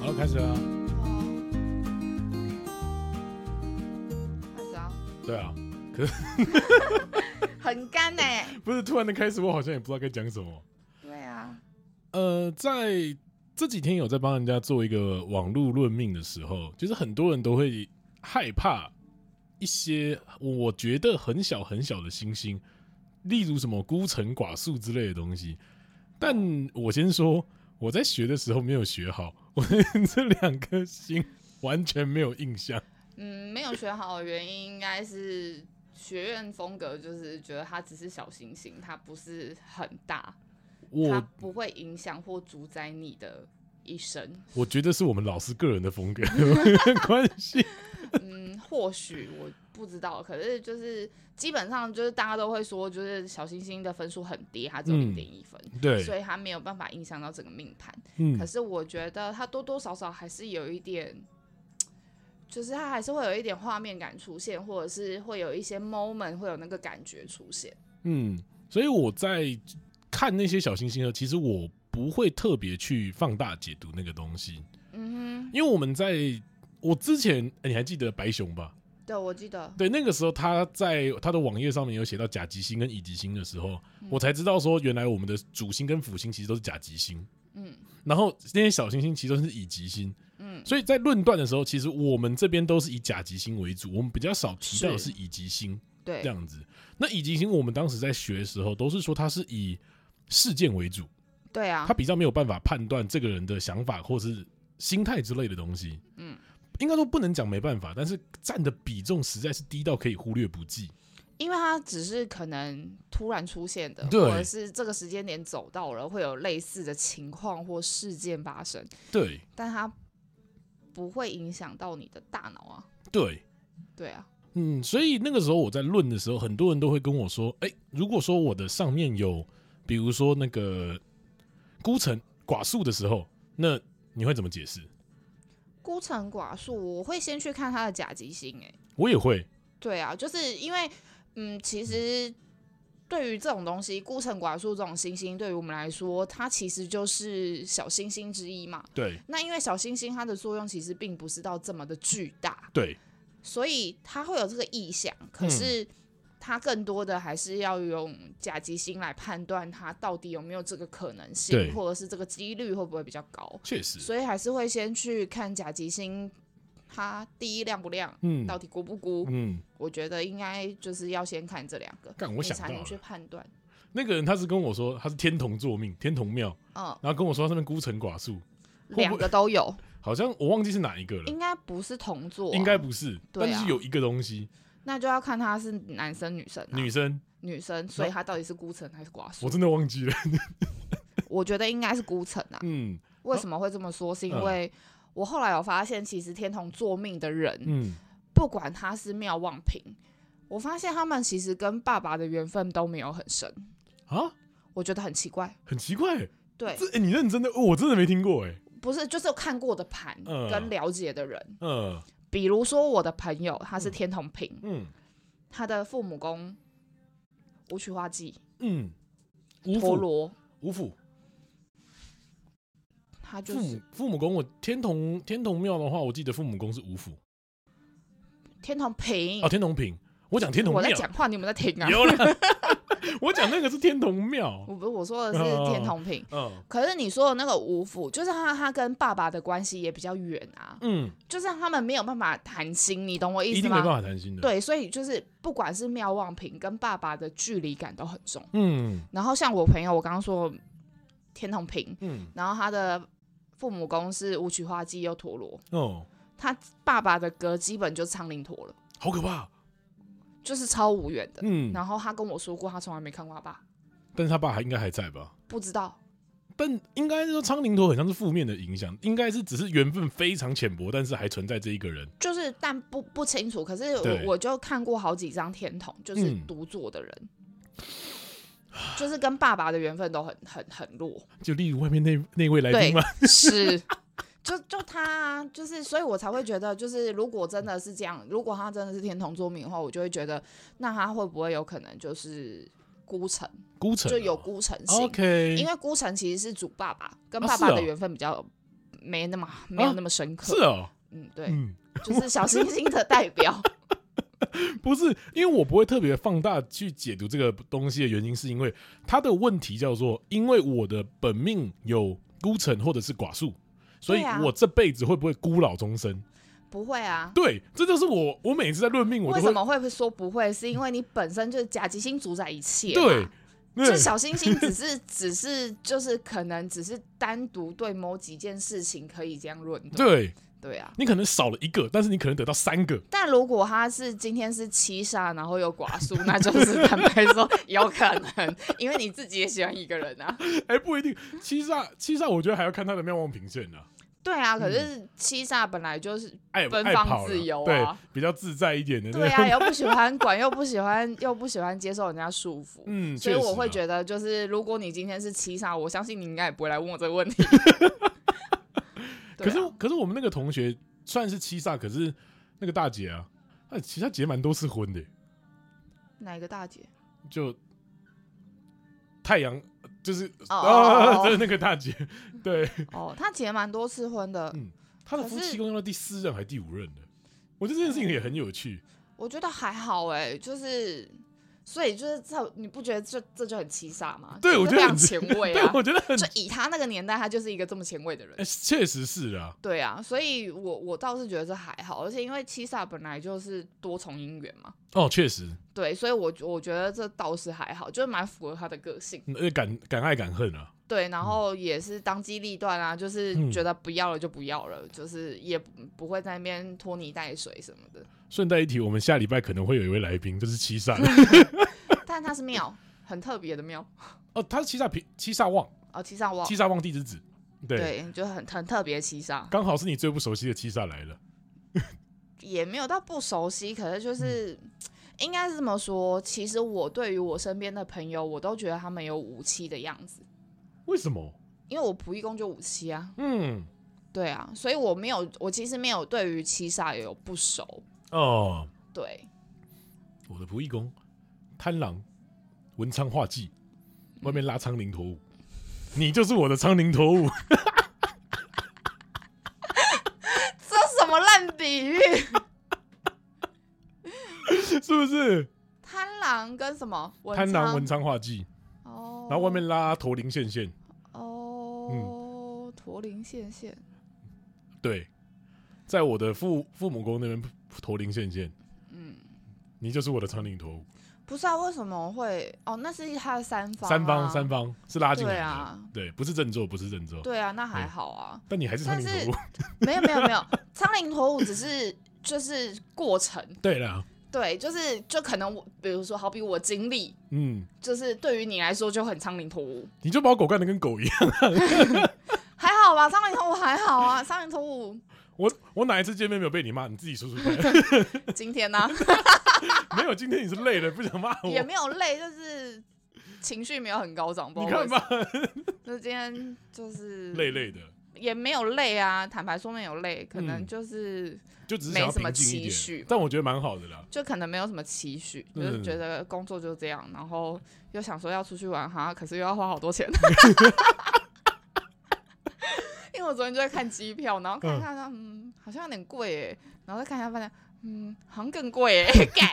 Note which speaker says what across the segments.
Speaker 1: 好，开始啊。
Speaker 2: 开始啊，
Speaker 1: 对啊，
Speaker 2: 很干欸呢、
Speaker 1: 不是突然的开始，我好像也不知道该讲什么。
Speaker 2: 对啊，
Speaker 1: 呃，在这几天有在帮人家做一个网络论命的时候，就是很多人都会害怕一些我觉得很小很小的星星，例如什么孤城寡宿之类的东西。但我先说，我在学的时候没有学好， 我对这两颗星完全没有印象。
Speaker 2: 嗯，没有学好的原因应该是学院风格，就是觉得它只是小行星，它不是很大，它
Speaker 1: 我
Speaker 2: 不会影响或主宰你的一生。
Speaker 1: 我觉得是我们老师个人的风格关系。
Speaker 2: 嗯，或许我不知道，可是就是基本上就是大家都会说，就是小行星的分数很低，它只有零
Speaker 1: 嗯
Speaker 2: 点一分，
Speaker 1: 对，
Speaker 2: 所以它没有办法影响到整个命盘。
Speaker 1: 嗯
Speaker 2: 可，是我觉得它多多少少还是有一点，就是它还是会有一点画面感出现，或者是会有一些 moment 会有那个感觉出现。
Speaker 1: 嗯，所以我在看那些小星星的时候，其实我不会特别去放大解读那个东西，
Speaker 2: 嗯
Speaker 1: 因为我们在我之前，欸你还记得白熊吧？
Speaker 2: 哼，对，我记得，
Speaker 1: 对，那个时候他在他的网页上面有写到甲级星跟乙级星的时候，
Speaker 2: 嗯
Speaker 1: 我才知道说原来我们的主星跟辅星其实都是甲级星，
Speaker 2: 嗯
Speaker 1: 然后那些小星星其实都是乙级星，
Speaker 2: 嗯，
Speaker 1: 所以在论断的时候，其实我们这边都是以甲级星为主，我们比较少提到的是
Speaker 2: 是
Speaker 1: 乙级星。这
Speaker 2: 对，
Speaker 1: 样子。那乙级星我们当时在学的时候，都是说它是以事件为主，
Speaker 2: 对啊
Speaker 1: 它，比较没有办法判断这个人的想法或是心态之类的东西。
Speaker 2: 嗯，
Speaker 1: 应该说不能讲没办法，但是占的比重实在是低到可以忽略不计。
Speaker 2: 因为它只是可能突然出现的，
Speaker 1: 对
Speaker 2: 或者是这个时间点走到了，会有类似的情况或事件发生，
Speaker 1: 对
Speaker 2: 但它不会影响到你的大脑啊。
Speaker 1: 对，
Speaker 2: 对啊，
Speaker 1: 嗯，所以那个时候我在论的时候，很多人都会跟我说：“哎、如果说我的上面有，比如说那个孤城寡宿的时候，那你会怎么解释
Speaker 2: 孤城寡宿，我会先去看它的甲级星、欸，？”
Speaker 1: 我也会，
Speaker 2: 对啊，就是因为，嗯，其实对于这种东西，孤城寡宿这种星星，对于我们来说，它其实就是小星星之一嘛。
Speaker 1: 对
Speaker 2: 那因为小星星它的作用其实并不是到这么的巨大，
Speaker 1: 对，
Speaker 2: 所以它会有这个意向，可是它更多的还是要用甲级星来判断它到底有没有这个可能
Speaker 1: 对
Speaker 2: 性，或者是这个几率会不会比较高，
Speaker 1: 确实，
Speaker 2: 所以还是会先去看甲级星它第一亮不亮，
Speaker 1: 嗯
Speaker 2: 到底鼓不鼓，
Speaker 1: 嗯，
Speaker 2: 我觉得应该就是要先看这两个，
Speaker 1: 干我
Speaker 2: 你
Speaker 1: 想
Speaker 2: 才
Speaker 1: 到
Speaker 2: 能
Speaker 1: 了
Speaker 2: 去判断。
Speaker 1: 那个人他是跟我说他是天童作命，天童庙，
Speaker 2: 嗯，
Speaker 1: 然后跟我说他那边孤城寡宿，会不会
Speaker 2: 两个都有，
Speaker 1: 好像我忘记是哪一个了，
Speaker 2: 应该不是同座啊、
Speaker 1: 应该不是，
Speaker 2: 对啊
Speaker 1: 但是有一个东西，
Speaker 2: 那就要看他是男生女生、啊，
Speaker 1: 女生
Speaker 2: 女生，所以他到底是孤城还是寡
Speaker 1: 我
Speaker 2: 宿？
Speaker 1: 真的忘记了，
Speaker 2: 我觉得应该是孤城啊。
Speaker 1: 嗯
Speaker 2: 为什么会这么说？是因为我后来有发现，其实天童作命的人，
Speaker 1: 嗯，
Speaker 2: 不管他是妙望平，我发现他们其实跟爸爸的缘分都没有很深，
Speaker 1: 啊，
Speaker 2: 我觉得很奇怪。
Speaker 1: 很奇怪，
Speaker 2: 对，
Speaker 1: 这、欸、你认真的，我真的没听过，哎，
Speaker 2: 不是就是有看过的盘
Speaker 1: 嗯
Speaker 2: 跟了解的人，
Speaker 1: 嗯
Speaker 2: 比如说我的朋友，他是天同平，
Speaker 1: 嗯
Speaker 2: 他的父母宫武曲化忌、
Speaker 1: 嗯，五
Speaker 2: 陀
Speaker 1: 府
Speaker 2: 罗，
Speaker 1: 五府
Speaker 2: 他就
Speaker 1: 父
Speaker 2: 是
Speaker 1: 母父母宫，我天童天童庙的话，我记得父母宫是五府
Speaker 2: 天同平。
Speaker 1: 哦，天童平，我讲天童
Speaker 2: 嗯我
Speaker 1: 庙
Speaker 2: 在，讲话，你们在听啊？
Speaker 1: 有了，我讲那个是天童庙，
Speaker 2: 我不，我说的是天同平。
Speaker 1: 嗯
Speaker 2: 可是你说的那个五府，就是他他跟爸爸的关系也比较远啊，
Speaker 1: 嗯，
Speaker 2: 就是他们没有办法谈心，你懂我意
Speaker 1: 一
Speaker 2: 思
Speaker 1: 定没办
Speaker 2: 吗？
Speaker 1: 法谈心的，，
Speaker 2: 对，所以就是不管是妙望平跟爸爸的距离感都很重。
Speaker 1: 嗯
Speaker 2: 然后像我朋友，我刚刚说天同平，
Speaker 1: 嗯
Speaker 2: 然后他的父母宫是武曲化忌又陀罗，
Speaker 1: 哦。
Speaker 2: 爸爸的歌基本就苍灵陀了，
Speaker 1: 好可怕。
Speaker 2: 就是超无缘的。
Speaker 1: 嗯，
Speaker 2: 然后他跟我说过，他从来没看过他爸，
Speaker 1: 但是他爸还应该还在吧？
Speaker 2: 不知道。
Speaker 1: 但应该说苍灵头很像是负面的影响，应该是只是缘分非常浅薄，但是还存在这一个人。
Speaker 2: 就是，但不不清楚。可是
Speaker 1: 对
Speaker 2: 我我就看过好几张天童，就是
Speaker 1: 嗯
Speaker 2: 独坐的人，就是跟爸爸的缘分都很 很很弱。
Speaker 1: 就例如外面那那位来
Speaker 2: 对
Speaker 1: 宾嘛，，
Speaker 2: 是， 就就他啊就是，所以我才会觉得，就是如果真的是这样，如果他真的是天童作命的话，我就会觉得，那他会不会有可能就是孤城，
Speaker 1: 孤城、啊
Speaker 2: 就有。孤城性？
Speaker 1: OK，
Speaker 2: 因为孤城其实是主爸爸，跟
Speaker 1: 嗯啊
Speaker 2: 爸
Speaker 1: 是
Speaker 2: 爸
Speaker 1: 哦
Speaker 2: 的缘分比较没那么没有那么深刻。
Speaker 1: 是哦，
Speaker 2: 嗯，对，
Speaker 1: 嗯，
Speaker 2: 就是小星星 的代表。
Speaker 1: 不是，因为我不会特别放大去解读这个东西的原因，是因为他的问题叫做，因为我的本命有孤城或者是寡宿，所以
Speaker 2: 对啊
Speaker 1: 我这辈子会不会孤老终生？
Speaker 2: 不会啊，
Speaker 1: 对，这就是我，我每次在论命，我
Speaker 2: 为
Speaker 1: 都
Speaker 2: 什
Speaker 1: 会
Speaker 2: 么会说不会？是因为你本身就是甲级星主宰一切。
Speaker 1: 对，，
Speaker 2: 就
Speaker 1: 对，
Speaker 2: 小星星 只是只是就是可能只是单独对某几件事情可以这样论断。
Speaker 1: 对
Speaker 2: 对啊，
Speaker 1: 你可能少了一个，但是你可能得到三个，
Speaker 2: 但如果他是今天是七杀，然后又寡宿，那就是 坦白说有可能，因为你自己也喜欢一个人啊。
Speaker 1: 哎、不一定。七煞，七煞，我觉得还要看他的妙望平线呢、啊。
Speaker 2: 对啊，可是七煞本来就是
Speaker 1: 爱
Speaker 2: 奔
Speaker 1: 爱
Speaker 2: 放
Speaker 1: 跑
Speaker 2: 自
Speaker 1: 了
Speaker 2: 由啊
Speaker 1: 对，比较自在一点的。
Speaker 2: 对啊，又不 喜欢管，又不喜欢又不喜欢接受人家束缚。
Speaker 1: 嗯，
Speaker 2: 所以
Speaker 1: 确实
Speaker 2: 我会
Speaker 1: 啊
Speaker 2: 觉得，就是如果你今天是七杀，我相信你应该也不会来问我这个 问题。对
Speaker 1: 可是、
Speaker 2: 啊
Speaker 1: 可是我们那个同学算是七煞，可是那个大姐啊，她其实她结蛮多次婚的欸，
Speaker 2: 哪一个大姐？
Speaker 1: 就太阳就是
Speaker 2: 哦
Speaker 1: 啊，
Speaker 2: 哦
Speaker 1: 就是那个大姐，对，
Speaker 2: 哦，他结蛮多次婚的，
Speaker 1: 嗯她的
Speaker 2: 可
Speaker 1: 夫
Speaker 2: 是
Speaker 1: 妻宫用到第四任还是第五任的，我觉得这件事情也很有趣。
Speaker 2: 我觉得还好哎、就是。所以就是这，你不觉得这这就很七煞吗？
Speaker 1: 对
Speaker 2: 就是
Speaker 1: 我觉得
Speaker 2: 非常
Speaker 1: 很
Speaker 2: 前 卫
Speaker 1: 对
Speaker 2: 啊，！
Speaker 1: 我觉得很
Speaker 2: 就以他那个年代，他就是一个这么前卫的人
Speaker 1: 哎，确实是啊，
Speaker 2: 对啊，所以我我倒是觉得这还好，而且因为七煞本来就是多重姻缘嘛，
Speaker 1: 哦，确实，
Speaker 2: 对，所以我我觉得这倒是还好，就是蛮符合他的个性，
Speaker 1: 嗯而且敢敢爱敢恨啊，
Speaker 2: 对，然后也是当机立断啊，就是
Speaker 1: 嗯
Speaker 2: 觉得不要了就不要了，就是也不不会在那边拖泥带水什么 的，
Speaker 1: 顺带一提，我们下礼拜可能会有一位来宾，就是七煞的
Speaker 2: 但他是妙，很特别的妙
Speaker 1: 哦，他是七煞平七煞旺，
Speaker 2: 哦，七煞旺
Speaker 1: 七，煞旺地之子，对，
Speaker 2: 对，就很很特别的七煞，
Speaker 1: 刚好是你最不熟悉的七煞来了。
Speaker 2: 也没有到不熟悉，可是就是。应该是这么说，其实我对于我身边的朋友，我都觉得他们有武器的样子。
Speaker 1: 为什么？
Speaker 2: 因为我仆役宫就五七啊，
Speaker 1: 嗯，
Speaker 2: 对啊，所以我没有，我其实没有对于七煞有不熟，
Speaker 1: 哦，
Speaker 2: 对，
Speaker 1: 我的仆役宫，贪狼，文昌画技，外面拉苍灵头舞，你就是我的苍灵头舞。
Speaker 2: 这什么烂比喻？
Speaker 1: 是不是？
Speaker 2: 贪狼跟什么？文
Speaker 1: 贪狼
Speaker 2: 昌
Speaker 1: 文昌画技，
Speaker 2: 哦，
Speaker 1: 然后外面拉驼铃线线，嗯
Speaker 2: 哦，驼铃线线，
Speaker 1: 对，在我的父父母宫那边驼铃线线，
Speaker 2: 嗯，
Speaker 1: 你就是我的苍灵头舞。
Speaker 2: 不是啊，为什么会？哦，那是他的三方、啊，
Speaker 1: 三方三，方是拉进来
Speaker 2: 对
Speaker 1: 的，
Speaker 2: 啊
Speaker 1: 对，不是正坐，不是正坐，
Speaker 2: 对啊，那
Speaker 1: 嗯
Speaker 2: 还好啊，
Speaker 1: 但你还是苍灵头舞。
Speaker 2: 没有没有没有，苍灵驼舞只是就是过程，
Speaker 1: 对啦，
Speaker 2: 对，就是就可能我，比如说好比我经历，
Speaker 1: 嗯，
Speaker 2: 就是对于你来说就很苍灵驼舞。
Speaker 1: 你就把我狗干的跟狗一样。
Speaker 2: 还好吧，苍蝇头舞还好啊，苍蝇头舞
Speaker 1: 我我哪一次见面没有被你骂？你自己说出来。
Speaker 2: 今天呢、 啊
Speaker 1: 没有，今天你是累了，不想 骂我。
Speaker 2: 也没有累，就是情绪没有很高涨，不
Speaker 1: 你
Speaker 2: 知道为
Speaker 1: 看
Speaker 2: 什么
Speaker 1: 吧，
Speaker 2: 就是今天就是
Speaker 1: 累，累的，
Speaker 2: 也没有累啊，坦白说没有累，可能
Speaker 1: 嗯
Speaker 2: 就是、
Speaker 1: 就只是想要
Speaker 2: 没什么
Speaker 1: 平静一
Speaker 2: 期许
Speaker 1: 点。但我觉得蛮好的啦。
Speaker 2: 就可能没有什么期许，就
Speaker 1: 嗯
Speaker 2: 是觉得工作就这样，然后又想说要出去玩哈，可是又要花好 多钱。因为我昨天就在看机票，然后看一下，嗯好像有点贵耶，然后再看一下，发现，嗯，好像更贵耶，干。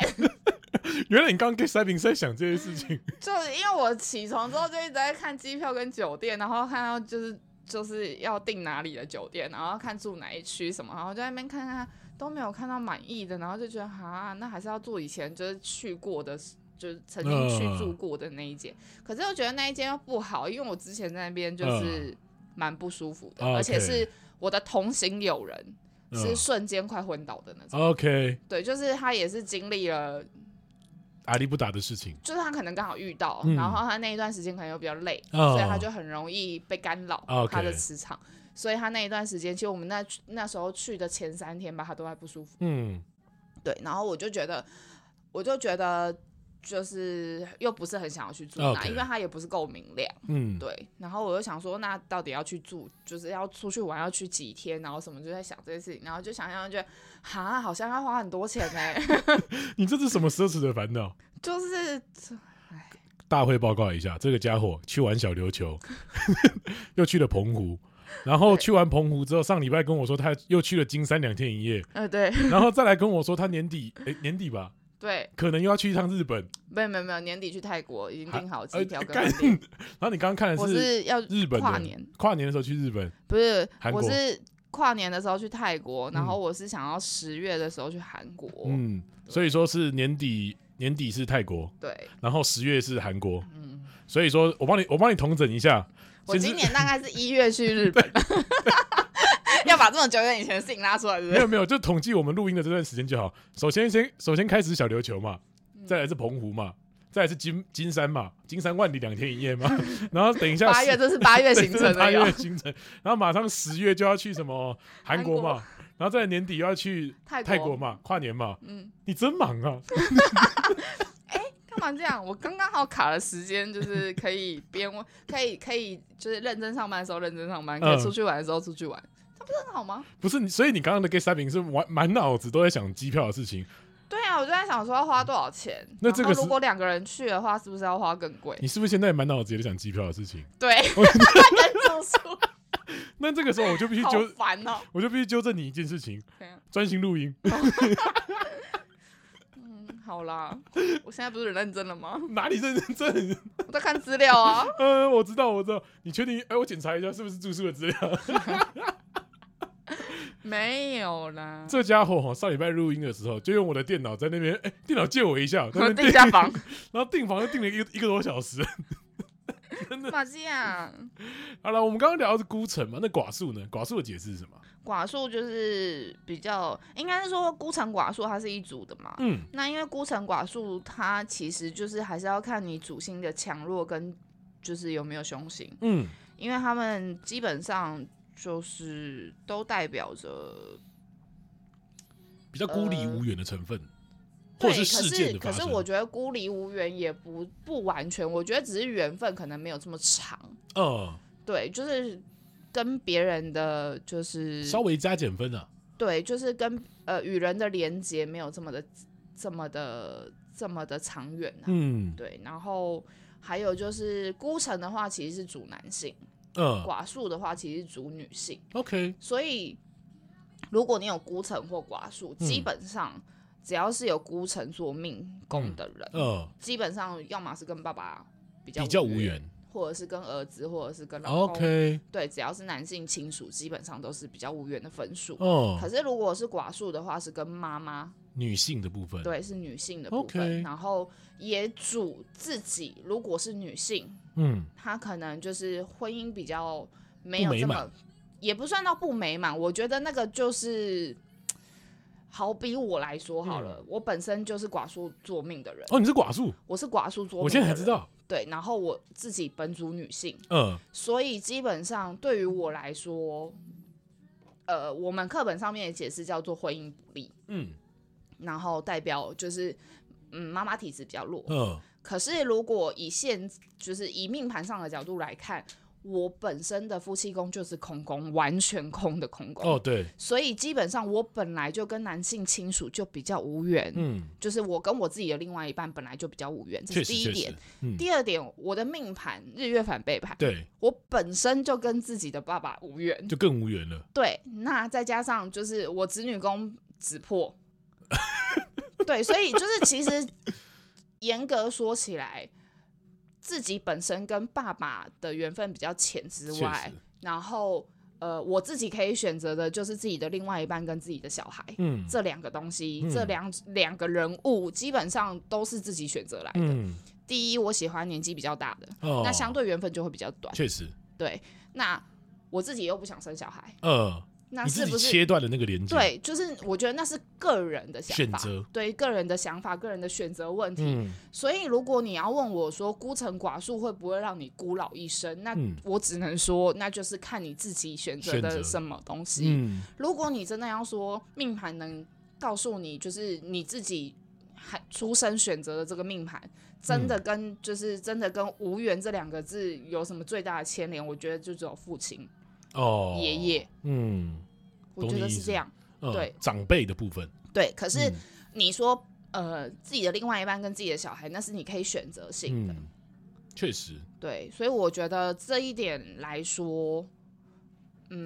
Speaker 1: 原来你刚刚跟塞平是在想这些事情，
Speaker 2: 就因为我起床之后就一直在看机票跟酒店，然后看到就是就是要订哪里的酒店，然后看住哪一区什么，然后就在那边看看都没有看到满意的，然后就觉得哈，那还是要住以前就是去过的，就是曾经去
Speaker 1: 嗯
Speaker 2: 住过的那一间。可是又觉得那一间又不好，因为我之前在那边就是蛮不舒服的，
Speaker 1: 嗯哦 OK
Speaker 2: 而且是我的同行友人是
Speaker 1: 嗯哦
Speaker 2: 瞬间快昏倒的那种。
Speaker 1: OK，
Speaker 2: 对，就是他也是经历了
Speaker 1: 阿里不打的事情，
Speaker 2: 就是他可能刚好遇到，
Speaker 1: 嗯
Speaker 2: 然后他那一段时间可能又比较累，
Speaker 1: 哦
Speaker 2: 所以他就很容易被干扰
Speaker 1: OK
Speaker 2: 他的磁场。所以他那一段时间，其实我们那那时候去的前三天吧，他都还不舒服。
Speaker 1: 嗯，
Speaker 2: 对，然后我就觉得，我就觉得就是又不是很想要去住那
Speaker 1: OK
Speaker 2: 因为他也不是够明亮。
Speaker 1: 嗯，
Speaker 2: 对，然后我就想说，那到底要去住，就是要出去玩，要去几天，然后什么就在想这些事情，然后就想想就觉得，哈，好像要花很多钱呢、
Speaker 1: 你这是什么奢侈的烦恼？
Speaker 2: 就是
Speaker 1: 大会报告一下，这个家伙去玩小琉球，又去了澎湖，然后
Speaker 2: 对
Speaker 1: 去完澎湖之后，上礼拜跟我说他又去了金山两天一夜，
Speaker 2: 呃，对
Speaker 1: 然后再来跟我说他年底，哎、年底吧，
Speaker 2: 对，
Speaker 1: 可能又要去一趟日本。
Speaker 2: 没有没有没有，年底去泰国已经订好机
Speaker 1: 呃
Speaker 2: 票跟
Speaker 1: 干
Speaker 2: 饭
Speaker 1: 然
Speaker 2: 店，
Speaker 1: 后你刚刚看
Speaker 2: 我
Speaker 1: 的是
Speaker 2: 是要
Speaker 1: 日本的
Speaker 2: 跨年，
Speaker 1: 跨年的时候去日本，
Speaker 2: 不是，
Speaker 1: 韩
Speaker 2: 我
Speaker 1: 国
Speaker 2: 是跨年的时候去泰国，然
Speaker 1: 嗯
Speaker 2: 后我是想要十月的时候去韩国，
Speaker 1: 嗯，所以说是年底，年底是泰国，
Speaker 2: 对，
Speaker 1: 然后十月是韩国，
Speaker 2: 嗯，
Speaker 1: 所以说我帮你我帮你统整一下，
Speaker 2: 我
Speaker 1: 其实
Speaker 2: 今年大概是一月去日本， 要把这种久远以前的事情拉出来，是不
Speaker 1: 没
Speaker 2: 是？
Speaker 1: 有没有，就统计我们录音的这段时间就好。首先先首先开始小琉球嘛，
Speaker 2: 嗯
Speaker 1: 再来是澎湖嘛，再来是金金山嘛，金山万里两天一夜嘛， 然后等一下
Speaker 2: 八月，这是八月
Speaker 1: 对
Speaker 2: 行
Speaker 1: 这是
Speaker 2: 程哦啊
Speaker 1: 八
Speaker 2: 的哟
Speaker 1: 月，行程，然后马上十月就要去什么韩国嘛，然后在年底又要去
Speaker 2: 泰
Speaker 1: 泰国，嘛，跨年嘛，
Speaker 2: 嗯，
Speaker 1: 你真忙啊！
Speaker 2: 干嘛这样？我刚刚好卡了时间，就是可以边问，可以可以，就是认真上班的时候认真上班，可
Speaker 1: 嗯
Speaker 2: 以出去玩的时候出去玩，这不是很好吗？
Speaker 1: 不是你，所以你刚刚的 get saving 是满满脑子都在想机票的事情，
Speaker 2: 对啊，我就在想说要花多少钱，
Speaker 1: 那这个
Speaker 2: 然后
Speaker 1: 是
Speaker 2: 如果两个人去的话，是不是要花更贵？
Speaker 1: 你是不是现在满脑子也在想机票的事情？
Speaker 2: 对， 跟住宿。
Speaker 1: 那这个时候我就必须
Speaker 2: 好
Speaker 1: 纠，
Speaker 2: 烦哦、
Speaker 1: 我就必须纠正你一件事情，专心录音，
Speaker 2: 嗯，好啦， 我现在不是很认真了吗？
Speaker 1: 哪里认 真？
Speaker 2: 我在看资料啊。
Speaker 1: 呃，我知道，我知道，你确定？哎、我检查一下是不是住宿的资料。
Speaker 2: 没有啦，
Speaker 1: 这家伙哈，上礼拜录音的时候，就用我的电脑在那边，哎、电脑借我一下，我在那
Speaker 2: 我
Speaker 1: 边
Speaker 2: 哦地下房。
Speaker 1: 然后订房又订了一个一个多小时。
Speaker 2: 马基亚，
Speaker 1: 好了，我们刚刚聊的是孤城嘛，那寡宿呢？寡宿的解释是什么？
Speaker 2: 寡数就是比较，应该是说孤城寡数，它是一组的嘛。
Speaker 1: 嗯，
Speaker 2: 那因为孤城寡数，它其实就是还是要看你主星的强弱跟就是有没有凶星，
Speaker 1: 嗯，
Speaker 2: 因为他们基本上就是都代表着
Speaker 1: 比较孤立无援的成分，或
Speaker 2: 呃对，
Speaker 1: 者是事件的
Speaker 2: 可
Speaker 1: 发
Speaker 2: 是可
Speaker 1: 生。
Speaker 2: 是我觉得孤立无援也不不完全，我觉得只是缘分可能没有这么长。
Speaker 1: 嗯，
Speaker 2: 对，就是跟别人的就是
Speaker 1: 稍微加减分啊。
Speaker 2: 对，就是跟呃与人的连接没有这么的这么的这么的长远啊。
Speaker 1: 嗯
Speaker 2: 对，然后还有就是孤城的话其实是主男性，
Speaker 1: 嗯
Speaker 2: 寡数的话其实是主女性，
Speaker 1: ，OK，
Speaker 2: 所以如果你有孤城或寡数，基
Speaker 1: 嗯
Speaker 2: 本上只要是有孤城做命宫
Speaker 1: 嗯
Speaker 2: 的人，
Speaker 1: 嗯，
Speaker 2: 基本上要么是跟爸爸比较
Speaker 1: 比较无
Speaker 2: 无
Speaker 1: 缘。哦
Speaker 2: 或者是跟儿子，或者是跟老公。
Speaker 1: OK，
Speaker 2: 对，只要是男性亲属，基本上都是比较无缘的分数。
Speaker 1: 哦
Speaker 2: 可，是如果是寡数的话，是跟妈妈，
Speaker 1: 女性的部分，，
Speaker 2: 对，是女性的部分。
Speaker 1: OK
Speaker 2: 然后也主自己，如果是女性，
Speaker 1: 嗯，
Speaker 2: 她可能就是婚姻比较没有
Speaker 1: 不美
Speaker 2: 这么
Speaker 1: 满，
Speaker 2: 也不算到不美满。我觉得那个就是，好比我来说好
Speaker 1: 嗯
Speaker 2: 了，我本身就是寡数做命的人，
Speaker 1: 哦，你是寡宿，
Speaker 2: 我是寡数做命，
Speaker 1: 我现在才知。道，
Speaker 2: 对，然后我自己本族女性，
Speaker 1: 嗯，
Speaker 2: 所以基本上对于我来说，呃，我们课本上面的解释叫做婚姻不利，
Speaker 1: 嗯
Speaker 2: 然后代表就是嗯妈妈体质比较弱。
Speaker 1: 嗯
Speaker 2: 可是如果以现就是以命盘上的角度来看，我本身的夫妻宫就是空宫，完全空的空宫，
Speaker 1: 哦，对，
Speaker 2: 所以基本上我本来就跟男性亲属就比较无缘。
Speaker 1: 嗯，
Speaker 2: 就是我跟我自己的另外一半本来就比较无缘，这
Speaker 1: 确实
Speaker 2: 是第一
Speaker 1: 确
Speaker 2: 点
Speaker 1: 实。，嗯，
Speaker 2: 第二点，我的命盘日月反背盘，
Speaker 1: 对，
Speaker 2: 我本身就跟自己的爸爸无缘，
Speaker 1: 就更无缘了。
Speaker 2: 对，那再加上就是我子女宫直破， 对，所以就是其实严格说起来，自己本身跟爸爸的缘分比较浅之
Speaker 1: 确
Speaker 2: 外
Speaker 1: 实，
Speaker 2: 然后呃，我自己可以选择的就是自己的另外一半跟自己的小孩。
Speaker 1: 嗯
Speaker 2: 这两个东西，
Speaker 1: 嗯
Speaker 2: 这两两个人物基本上都是自己选择来的。
Speaker 1: 嗯，
Speaker 2: 第一，我喜欢年纪比较大的，
Speaker 1: 哦，
Speaker 2: 那相对缘分就会比较短。
Speaker 1: 确实，
Speaker 2: 对，那我自己又不想生小孩，
Speaker 1: 呃，
Speaker 2: 那
Speaker 1: 你
Speaker 2: 是
Speaker 1: 自
Speaker 2: 不
Speaker 1: 己
Speaker 2: 是？
Speaker 1: 切断了那个连接，，
Speaker 2: 对，就是我觉得那是个人的想
Speaker 1: 选
Speaker 2: 法，
Speaker 1: 择
Speaker 2: 对个人的想法、个人的选择问题。
Speaker 1: 嗯，
Speaker 2: 所以，如果你要问我说孤城寡数会不会让你孤老一生，那
Speaker 1: 嗯
Speaker 2: 我只能说，那就是看你自己选择
Speaker 1: 选
Speaker 2: 的
Speaker 1: 择
Speaker 2: 什么东西。
Speaker 1: 嗯，
Speaker 2: 如果你真的要说命盘能告诉你，就是你自己还出生选择的这个命盘，真的跟、就是真的跟无缘这两个字有什么最大的牵连？我觉得就只有父亲、
Speaker 1: 哦，
Speaker 2: 爷，爷，
Speaker 1: 嗯，
Speaker 2: 我觉
Speaker 1: 懂
Speaker 2: 得
Speaker 1: 你意
Speaker 2: 是
Speaker 1: 思
Speaker 2: 这样。
Speaker 1: 呃
Speaker 2: 对
Speaker 1: 长辈的部分，
Speaker 2: 对，可是
Speaker 1: 嗯
Speaker 2: 你说、呃自己的另外一半跟自己的小孩，那是你可以选择性的。
Speaker 1: 嗯，确实，
Speaker 2: 对，所以我觉得这一点来说，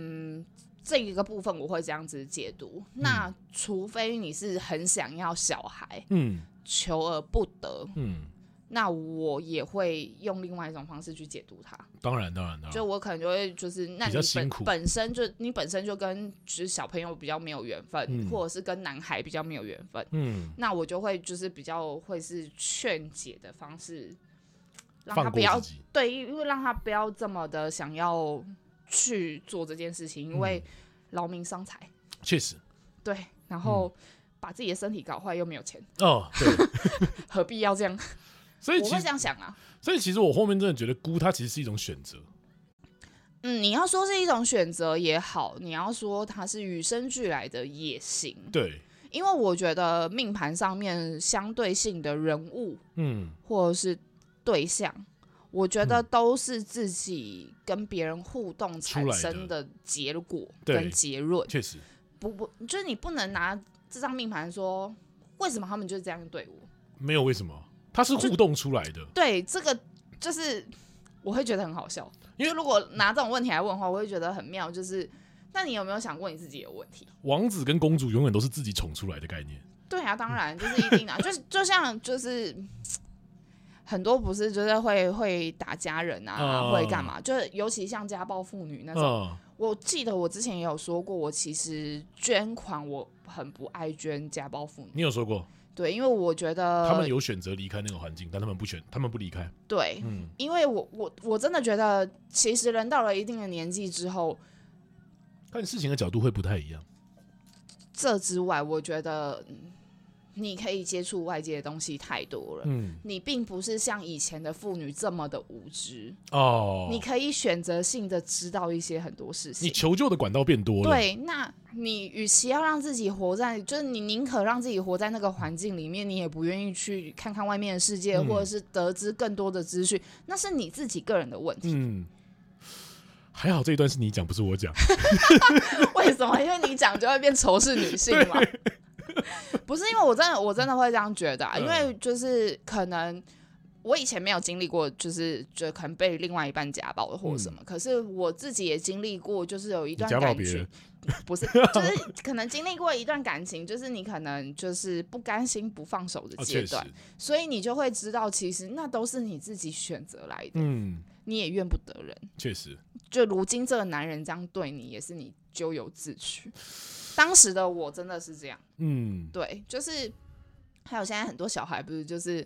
Speaker 2: 嗯这一个部分我会这样子解读。那除非你是很想要小孩，
Speaker 1: 嗯
Speaker 2: 求而不得，
Speaker 1: 嗯，
Speaker 2: 那我也会用另外一种方式去解读它。
Speaker 1: 当然当然当
Speaker 2: 就
Speaker 1: 然，
Speaker 2: 我可能就会就是，那
Speaker 1: 啊比
Speaker 2: 你
Speaker 1: 较辛
Speaker 2: 本
Speaker 1: 苦
Speaker 2: 本身就你本身就跟就是小朋友比较没有缘分，
Speaker 1: 嗯
Speaker 2: 或者是跟男孩比较没有缘分，
Speaker 1: 嗯
Speaker 2: 那我就会就是比较会是劝解的方式，让他
Speaker 1: 放
Speaker 2: 不
Speaker 1: 过
Speaker 2: 要
Speaker 1: 自己，
Speaker 2: 对，因为让他不要这么的想要去做这件事情，因
Speaker 1: 嗯
Speaker 2: 为劳民伤财，
Speaker 1: 确实
Speaker 2: 对，
Speaker 1: 嗯
Speaker 2: 然后把自己的身体搞坏又没有钱，
Speaker 1: 哦， 对，
Speaker 2: 何必要这样？
Speaker 1: 所以
Speaker 2: 我
Speaker 1: 其
Speaker 2: 会这
Speaker 1: 实
Speaker 2: 样想啊。
Speaker 1: 所以其实我后面真的觉得估它其实是一种选择，
Speaker 2: 嗯，你要说是一种选择也好，你要说它是与生俱来的也行，
Speaker 1: 对，
Speaker 2: 因为我觉得命盘上面相对性的人物
Speaker 1: 嗯
Speaker 2: 或者是对象，我觉得
Speaker 1: 嗯
Speaker 2: 都是自己跟别人互动产
Speaker 1: 出来的
Speaker 2: 生的结果
Speaker 1: 对
Speaker 2: 跟结论。
Speaker 1: 确实，
Speaker 2: 不不，就是你不能拿这张命盘说为什么他们就是这样对我。
Speaker 1: 没有为什么，它是互动出来的，
Speaker 2: 对，这个就是我会觉得很好笑。
Speaker 1: 因为
Speaker 2: 就如果拿这种问题来问的话，我会觉得很妙。就是那你有没有想过你自己有问题？
Speaker 1: 王子跟公主永远都是自己宠出来的概念，
Speaker 2: 对啊，当然就是一定的啊、就是就像就是很多不是就是会会打家人啊，
Speaker 1: 嗯
Speaker 2: 会干嘛？就是尤其像家暴妇女那种。
Speaker 1: 嗯
Speaker 2: 我记得我之前也有说过，我其实捐款我很不爱捐家暴妇女，
Speaker 1: 你有说过，
Speaker 2: 对，因为我觉得
Speaker 1: 他们有选择离开那个环境，但他们不选，他们不离开，
Speaker 2: 对，
Speaker 1: 嗯
Speaker 2: 因为我我我真的觉得，其实人到了一定的年纪之后，
Speaker 1: 看事情的角度会不太一样，
Speaker 2: 这之外，我觉得嗯你可以接触外界的东西太多了。
Speaker 1: 嗯
Speaker 2: 你并不是像以前的妇女这么的无知，
Speaker 1: 哦，
Speaker 2: 你可以选择性的知道一些很多事
Speaker 1: 你
Speaker 2: 情。
Speaker 1: 求救的管道变多了，，
Speaker 2: 对，那你与其要让自己活在，就是你宁可让自己活在那个环境里面，你也不愿意去看看外面的世界，
Speaker 1: 嗯
Speaker 2: 或者是得知更多的资讯，那是你自己个人的问题。
Speaker 1: 嗯，还好这一段是你讲，不是我 讲，
Speaker 2: 为什么？因为你讲就会变仇视女性嘛。 不是因为我真的我真的会这样觉得、啊，
Speaker 1: 嗯
Speaker 2: 因为就是可能我以前没有经历过，就是就可能被另外一半家暴或什么，可是我自己也经历过，就是有一
Speaker 1: 嗯你
Speaker 2: 段
Speaker 1: 家暴
Speaker 2: 感
Speaker 1: 别
Speaker 2: 情
Speaker 1: 人，，
Speaker 2: 不 是就是可能经历过一段感情，就是你可能就是不甘心不放手的
Speaker 1: 哦，
Speaker 2: 阶
Speaker 1: 确实
Speaker 2: 段，，所以你就会知道，其实那都是你自己选择来的，
Speaker 1: 嗯，
Speaker 2: 你也怨不得人。
Speaker 1: 确实，
Speaker 2: 就如今这个男人这样对你，也是你咎由自取。当时的我真的是这样，
Speaker 1: 嗯，
Speaker 2: 对，就是还有现在很多小孩不是就是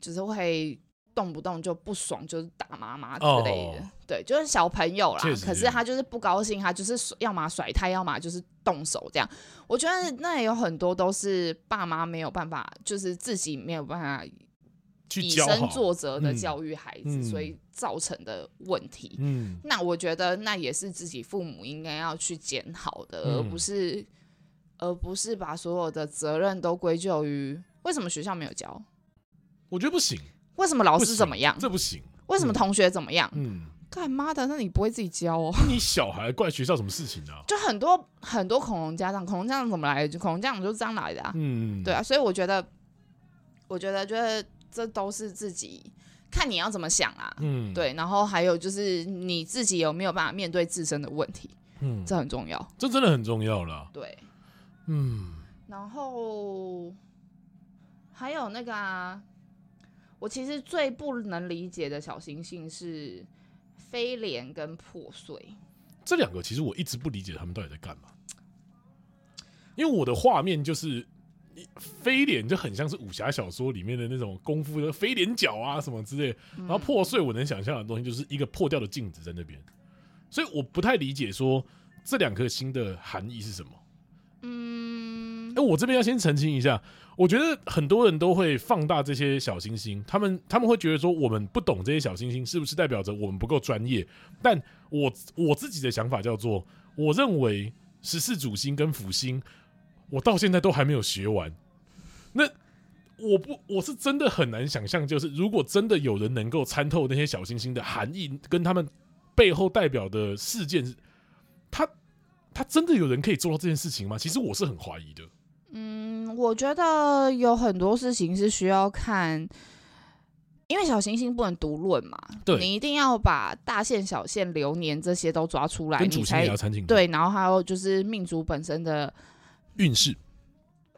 Speaker 2: 就是会动不动就不爽，就是打妈妈之类的，
Speaker 1: 哦
Speaker 2: 对，就是小朋友啦
Speaker 1: 确。实
Speaker 2: 可是他就是不高兴，他就是甩要么甩他，要么就是动手这样。我觉得那也有很多都是爸妈没有办法，就是自己没有办法
Speaker 1: 去
Speaker 2: 以
Speaker 1: 教
Speaker 2: 身
Speaker 1: 好，
Speaker 2: 作则的
Speaker 1: 嗯
Speaker 2: 教育孩子，
Speaker 1: 嗯
Speaker 2: 所以造成的问题。
Speaker 1: 嗯，
Speaker 2: 那我觉得那也是自己父母应该要去检讨的，
Speaker 1: 嗯
Speaker 2: 而不是而不是把所有的责任都归咎于为什么学校没有教，
Speaker 1: 我觉得不行，
Speaker 2: 为什么老
Speaker 1: 不
Speaker 2: 师
Speaker 1: 行
Speaker 2: 怎么样，
Speaker 1: 这不行，
Speaker 2: 为什么同学怎么样？
Speaker 1: 嗯，
Speaker 2: 干妈的，那你不会自己教哦？
Speaker 1: 你小孩怪学校什么事情啊？
Speaker 2: 就很多很多恐龙家长，恐龙家长怎么来的？就恐龙家长就是这样来的啊，
Speaker 1: 嗯，
Speaker 2: 对啊，所以我觉得，我觉得觉得这都是自己看你要怎么想啊。
Speaker 1: 嗯，，
Speaker 2: 对，然后还有就是你自己有没有办法面对自身的问题，
Speaker 1: 嗯，
Speaker 2: 这很重要。
Speaker 1: 这真的很重要啦，
Speaker 2: 对，
Speaker 1: 嗯，
Speaker 2: 然后还有那个啊，我其实最不能理解的小星星是飞廉跟破碎。
Speaker 1: 这两个其实我一直不理解他们到底在干嘛，因为我的画面就是一飞脸就很像是武侠小说里面的那种功夫的飞脸脚啊什么之类的，然后破碎我能想象的东西就是一个破掉的镜子在那边，所以我不太理解说这两颗星的含义是什么。
Speaker 2: 嗯
Speaker 1: 哎、，我这边要先澄清一下，我觉得很多人都会放大这些小星星，他们他们会觉得说我们不懂这些小星星，是不是代表着我们不够专业？但我我自己的想法叫做，我认为十四主星跟辅星，我到现在都还没有学完。那我不，我是真的很难想象，就是如果真的有人能够参透那些小星星的含义，跟他们背后代表的事件，他他真的有人可以做到这件事情吗？其实我是很怀疑的。
Speaker 2: 嗯，我觉得有很多事情是需要看，因为小行星不能独论嘛，
Speaker 1: 对
Speaker 2: 你一定要把大限、小限、流年这些都抓出来，
Speaker 1: 跟
Speaker 2: 啊你
Speaker 1: 主星也
Speaker 2: 才
Speaker 1: 要参进
Speaker 2: 对，然后还有就是命主本身的
Speaker 1: 运势，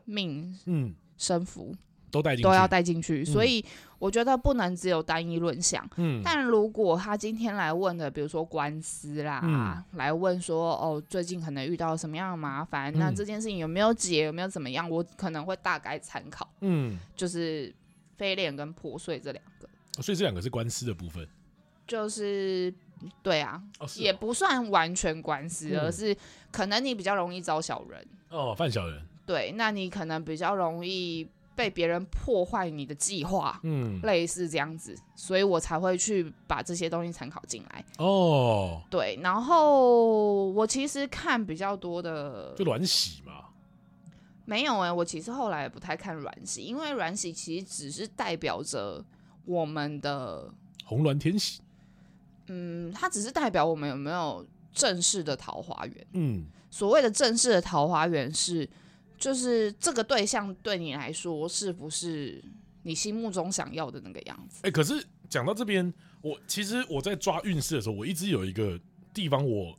Speaker 2: 命
Speaker 1: 嗯，
Speaker 2: 生符
Speaker 1: 都带进去，
Speaker 2: 都要带进去，
Speaker 1: 嗯
Speaker 2: 所以我觉得不能只有单一论项。
Speaker 1: 嗯，
Speaker 2: 但如果他今天来问的，比如说官司啦，
Speaker 1: 嗯
Speaker 2: 来问说哦，最近可能遇到什么样的麻烦，
Speaker 1: 嗯
Speaker 2: 那这件事情有没有解，有没有怎么样，我可能会大概参考，
Speaker 1: 嗯，
Speaker 2: 就是飞链跟破碎这两个，
Speaker 1: 所以这两个是官司的部分，
Speaker 2: 就是对啊，
Speaker 1: 哦，是
Speaker 2: 也不算完全官司，
Speaker 1: 嗯
Speaker 2: 而是可能你比较容易招小人，
Speaker 1: 哦，哦范小人，
Speaker 2: 对，那你可能比较容易被别人破坏你的计划。
Speaker 1: 嗯，
Speaker 2: 类似这样子，所以我才会去把这些东西参考进来。
Speaker 1: 哦，
Speaker 2: 对，然后我其实看比较多的
Speaker 1: 就卵洗嘛，
Speaker 2: 没有哎、我其实后来也不太看软洗，因为软洗其实只是代表着我们的，
Speaker 1: 红鸾天喜，
Speaker 2: 嗯，它只是代表我们有没有正式的桃花源。
Speaker 1: 嗯，
Speaker 2: 所谓的正式的桃花源是，就是这个对象对你来说是不是你心目中想要的那个样子？
Speaker 1: 哎、可是讲到这边，我其实我在抓运势的时候，我一直有一个地方我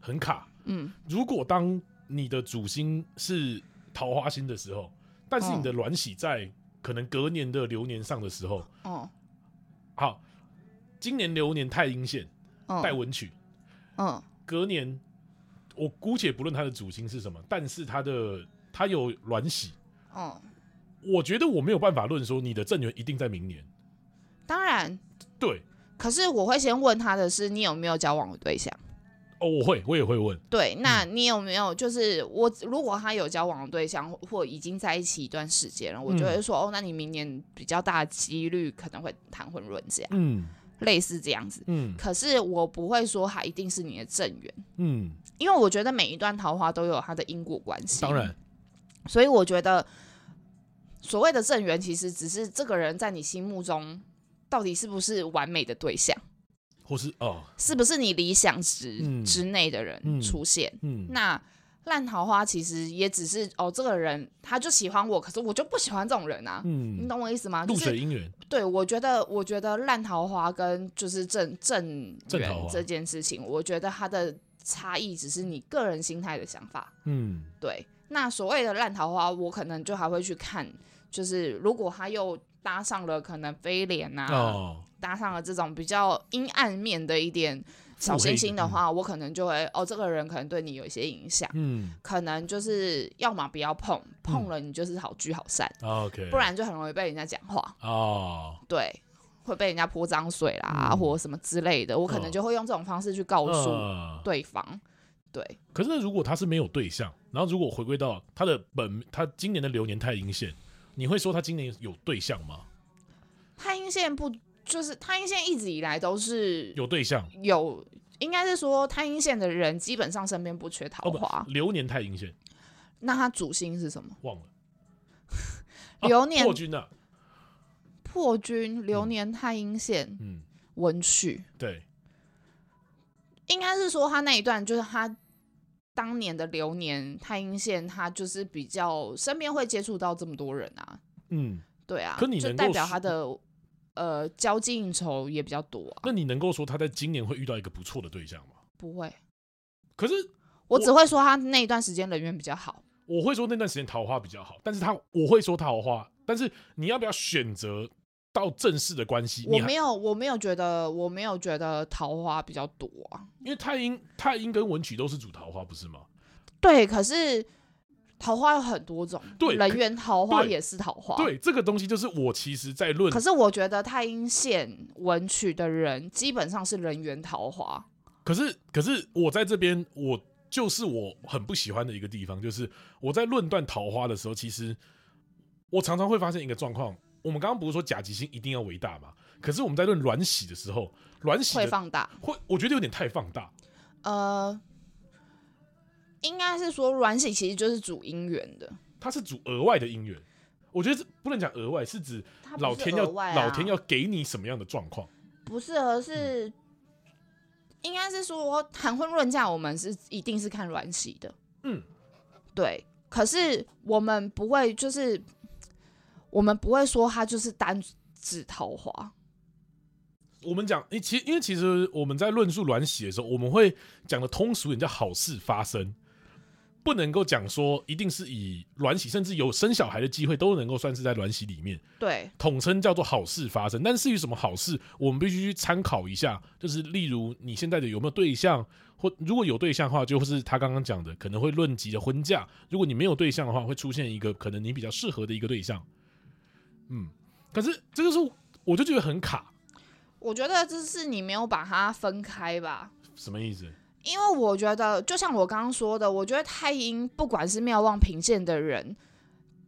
Speaker 1: 很卡。
Speaker 2: 嗯，
Speaker 1: 如果当你的主星是桃花星的时候，但是你的卵喜在可能隔年的流年上的时候，
Speaker 2: 哦，
Speaker 1: 好，今年流年太阴线带
Speaker 2: 嗯，
Speaker 1: 文曲，
Speaker 2: 嗯，
Speaker 1: 隔年我姑且不论它的主星是什么，但是它的它有卵喜，
Speaker 2: 嗯，
Speaker 1: 我觉得我没有办法论说你的正缘一定在明年。
Speaker 2: 当然。
Speaker 1: 对，
Speaker 2: 可是我会先问他的是，你有没有交往的对象？
Speaker 1: 哦，我会，我也会问，
Speaker 2: 对，那
Speaker 1: 嗯
Speaker 2: 你有没有就是我如果他有交往的对象或或已经在一起一段时间了，我就
Speaker 1: 嗯
Speaker 2: 会说、哦，那你明年比较大的几率可能会谈婚论嫁，
Speaker 1: 嗯
Speaker 2: 类似这样子。
Speaker 1: 嗯
Speaker 2: 可是我不会说他一定是你的正缘，
Speaker 1: 嗯，
Speaker 2: 因为我觉得每一段桃花都有它的因果关系。
Speaker 1: 当，然，
Speaker 2: 所以我觉得所谓的正缘，其实只是这个人在你心目中到底是不是完美的对象，
Speaker 1: 或是哦，
Speaker 2: 是不是你理想值、
Speaker 1: 嗯
Speaker 2: 之内的
Speaker 1: 嗯
Speaker 2: 人出现。
Speaker 1: 嗯，
Speaker 2: 那烂桃花其实也只是哦，这个人他就喜欢我，可是我就不喜欢这种人啊，你
Speaker 1: 嗯，
Speaker 2: 懂我意思吗？就
Speaker 1: 露
Speaker 2: 是
Speaker 1: 水姻缘，
Speaker 2: 对我觉得，我觉得烂桃花跟就是正正
Speaker 1: 正桃
Speaker 2: 缘
Speaker 1: 花
Speaker 2: 这件事情，我觉得它的差异只是你个人心态的想法。
Speaker 1: 嗯
Speaker 2: 对，那所谓的烂桃花，我可能就还会去看，就是如果他又搭上了可能飞脸啊，
Speaker 1: 哦，
Speaker 2: 搭上了这种比较阴暗面的一点小
Speaker 1: 腹黑
Speaker 2: 星
Speaker 1: 的
Speaker 2: 星的话，我可能就会哦，这个人可能对你有一些影响。
Speaker 1: 嗯
Speaker 2: 可能就是要么不要碰，碰了你就是好聚好散，
Speaker 1: 啊，OK，
Speaker 2: 不然就很容易被人家讲话，
Speaker 1: 哦，
Speaker 2: 对，会被人家泼脏水啦、
Speaker 1: 嗯
Speaker 2: 或什么之类的，我可能就会用这种方式去告诉
Speaker 1: 呃
Speaker 2: 对方，对，
Speaker 1: 可是如果他是没有对象，然后如果回归到他的本，他今年的流年太阴线，你会说他今年有对象吗？
Speaker 2: 太阴线不就是太阴线一直以来都是
Speaker 1: 有对象
Speaker 2: 有应该是说太阴线的人基本上身边不缺桃
Speaker 1: 哦，
Speaker 2: 花，
Speaker 1: 不，流年太阴线
Speaker 2: 那他主星是什么？
Speaker 1: 忘了，
Speaker 2: 流年
Speaker 1: 破军嗯啊，
Speaker 2: 破军、流年、太阴线、
Speaker 1: 嗯，
Speaker 2: 文曲，
Speaker 1: 对，
Speaker 2: 应该是说他那一段就是他当年的流年太阴线，他就是比较身边会接触到这么多人啊，
Speaker 1: 嗯，
Speaker 2: 对啊，
Speaker 1: 可你
Speaker 2: 就
Speaker 1: 能
Speaker 2: 代
Speaker 1: 够
Speaker 2: 表
Speaker 1: 说
Speaker 2: 他的呃交际应酬也比较多啊，
Speaker 1: 那你能够说他在今年会遇到一个不错的对象吗？
Speaker 2: 不会，
Speaker 1: 可是我
Speaker 2: 我只会说他那一段时间人缘比较好，
Speaker 1: 我会说那段时间桃花比较好，但是他我会说桃花，但是你要不要选择到正式的关系？
Speaker 2: 我
Speaker 1: 你还
Speaker 2: 没有我没有觉得我没有觉得桃花比较多啊，
Speaker 1: 因为太阴太阴跟文曲都是主桃花，不是吗？
Speaker 2: 对，可是。桃花有很多种，
Speaker 1: 对
Speaker 2: 人
Speaker 1: 可
Speaker 2: 缘桃花
Speaker 1: 对
Speaker 2: 也是桃花，
Speaker 1: 对，这个东西就是我其实在论
Speaker 2: 哦可是我觉得太阴线文曲的人基本上是人缘桃花，
Speaker 1: 可是，可是我在这边，我就是我很不喜欢的一个地方，就是我在论断桃花的时候，其实我常常会发现一个状况。我们刚刚不是说甲级星一定要为大嘛？可是我们在论卵喜的时候，卵喜
Speaker 2: 会
Speaker 1: 的
Speaker 2: 放大。
Speaker 1: 会，我觉得有点太放大。
Speaker 2: 呃，应该是说软喜其实就是主姻缘的，
Speaker 1: 它是主额外的姻缘，我觉得这不能讲额外，是指
Speaker 2: 它不是
Speaker 1: 老天要、
Speaker 2: 额外啊
Speaker 1: 老天要给你什么样的状况？
Speaker 2: 不适合是，应该是说谈婚论嫁，我们是一定是看软喜的，
Speaker 1: 嗯，
Speaker 2: 对。可是我们不会就是，我们不会说他就是单指桃花。
Speaker 1: 我们讲，诶其因为其实我们在论述软洗的时候，我们会讲的通俗一点叫好事发生，不能够讲说一定是以软洗，甚至有生小孩的机会都能够算是在软洗里面，
Speaker 2: 对，
Speaker 1: 统称叫做好事发生。但至于什么好事，我们必须去参考一下，就是例如你现在的有没有对象，或如果有对象的话，就是他刚刚讲的可能会论及的婚嫁；如果你没有对象的话，会出现一个可能你比较适合的一个对象。嗯，可是这个是我就觉得很卡，
Speaker 2: 我觉得就是你没有把它分开吧。
Speaker 1: 什么意思？
Speaker 2: 因为我觉得，就像我刚刚说的，我觉得太阴不管是妙望平线的人，